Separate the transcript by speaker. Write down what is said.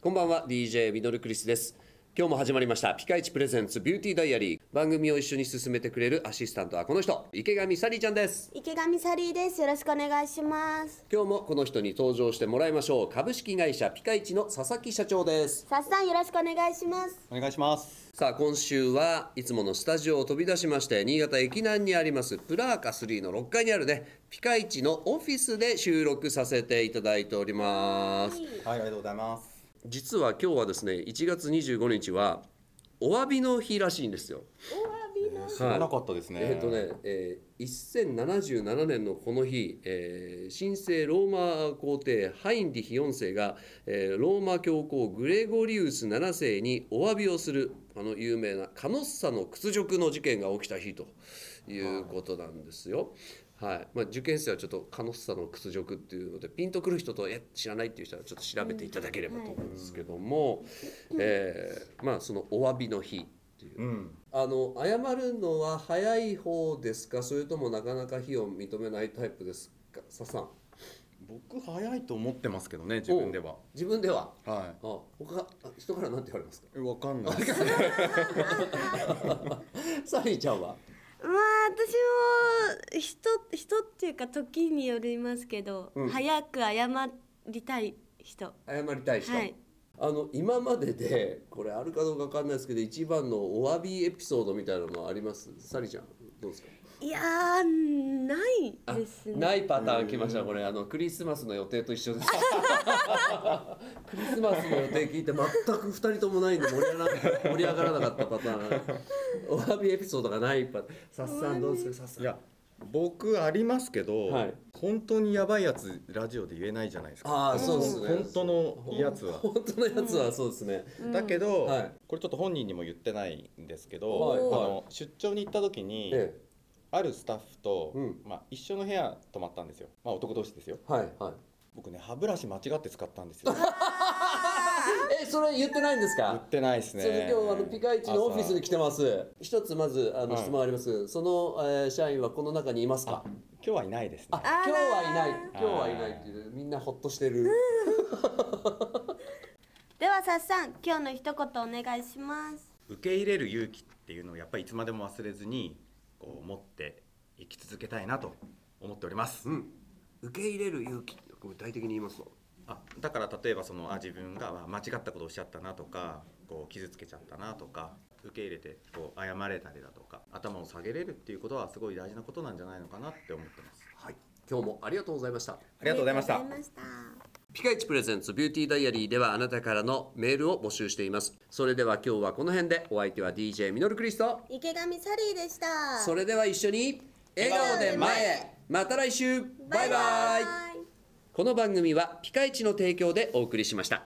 Speaker 1: こんばんは DJ ミドルクリスです今日も始まりましたピカイチプレゼンツビューティーダイアリー番組を一緒に進めてくれるアシスタントはこの人池上サリーちゃんです
Speaker 2: 池上サリーですよろしくお願いします
Speaker 1: 今日もこの人に登場してもらいましょう株式会社ピカイチの佐々木社長です
Speaker 2: さっさんよろしくお願いします
Speaker 3: お願いします
Speaker 1: さあ今週はいつものスタジオを飛び出しまして新潟駅南にありますプラーカ3の6階にあるねピカイチのオフィスで収録させていただいております
Speaker 3: はいありがとうございます
Speaker 1: 実は今日はですね1月25日はお詫びの日らしいんですよ
Speaker 2: お詫びの
Speaker 3: 知らなかったですね、
Speaker 1: えっ、とね、えー1077年のこの日、えー神聖ローマ皇帝ハインリヒ4世が、えーローマ教皇グレゴリウス7世にお詫びをするあの有名なカノッサの屈辱の事件が起きた日ということなんですよ。はいまあ、受験生はちょっとカノッサの屈辱っていうのでピンとくる人とえ知らないっていう人はちょっと調べていただければと思うんですけども、えーまあそのお詫びの日っていう
Speaker 3: うん
Speaker 1: あの謝るのは早い方ですかそれともなかなか非を認めないタイプですかささん
Speaker 3: 僕早いと思ってますけどね自分では
Speaker 1: お自分では
Speaker 3: は
Speaker 1: あ他あ人からなんて言われますか
Speaker 3: いわかんない
Speaker 1: サリーちゃんは
Speaker 4: まあ私も人人っていうか時によりますけど、
Speaker 1: うん
Speaker 4: 早く謝りたい人
Speaker 1: 謝りたい人、
Speaker 4: はい
Speaker 1: あの今まででこれあるかどうかわかんないですけど一番のお詫びエピソードみたいなのはありますサリーちゃんどうですか
Speaker 4: いやーない
Speaker 1: あ
Speaker 4: ですね
Speaker 1: ないパターン来ましたこれあのクリスマスの予定と一緒です クリスマスの予定聞いて全く2人ともないんで盛り上がら盛り上がらなかったパターンお詫びエピソードがないパターンさっさんどうですかさっさん
Speaker 3: いや僕ありますけど、
Speaker 1: はい
Speaker 3: 本当にやばいやつラジオで言えないじゃないですか
Speaker 1: ああそうですね
Speaker 3: 本当のやつは
Speaker 1: 本当のやつはそうですね、
Speaker 3: だけど、
Speaker 1: はい
Speaker 3: これちょっと本人にも言ってないんですけど、
Speaker 1: はい
Speaker 3: あの出張に行った時に、
Speaker 1: え
Speaker 3: あるスタッフと、
Speaker 1: うん
Speaker 3: まあ、一緒の部屋泊まったんですよ、まあ、男同士ですよ
Speaker 1: えはいはい
Speaker 3: 僕ね歯ブラシ間違って使ったん ですよ
Speaker 1: えそれ言ってないんです
Speaker 3: 言
Speaker 1: か
Speaker 3: ってないですね
Speaker 1: それで今日あのピカイチのオフィスに来てます一つまずあの
Speaker 3: はい
Speaker 1: 質問あります、その、えー社員はこの中にいますか
Speaker 3: 朝あ今日はいないですね
Speaker 1: あ
Speaker 2: あら
Speaker 1: 今日はいない今日はいないっていうみんなほっとしてる
Speaker 2: ではさっさん今日の一言お願いします
Speaker 3: 受け入れる勇気っていうのをやっぱりいつまでも忘れずにこう持って生き続けたいなと思っております、
Speaker 1: うん受け入れる勇気具体的に言いますと
Speaker 3: あだから例えばそのあ自分があ間違ったことをしちゃったなとかこう傷つけちゃったなとか受け入れてこう謝れたりだとか頭を下げれるっていうことはすごい大事なことなんじゃないのかなって思ってます
Speaker 1: はい今日もありがとうございました
Speaker 3: ありがとうございました
Speaker 2: ありがとうございました
Speaker 1: ピカイチプレゼンツビューティーダイアリーではあなたからのメールを募集していますそれでは今日はこの辺でお相手は DJ ミノルクリスト
Speaker 2: 池上サリーでした
Speaker 1: それでは一緒に笑顔で前へまた来週バイバイ
Speaker 2: イ
Speaker 1: この番組はピカイチの提供でお送りしました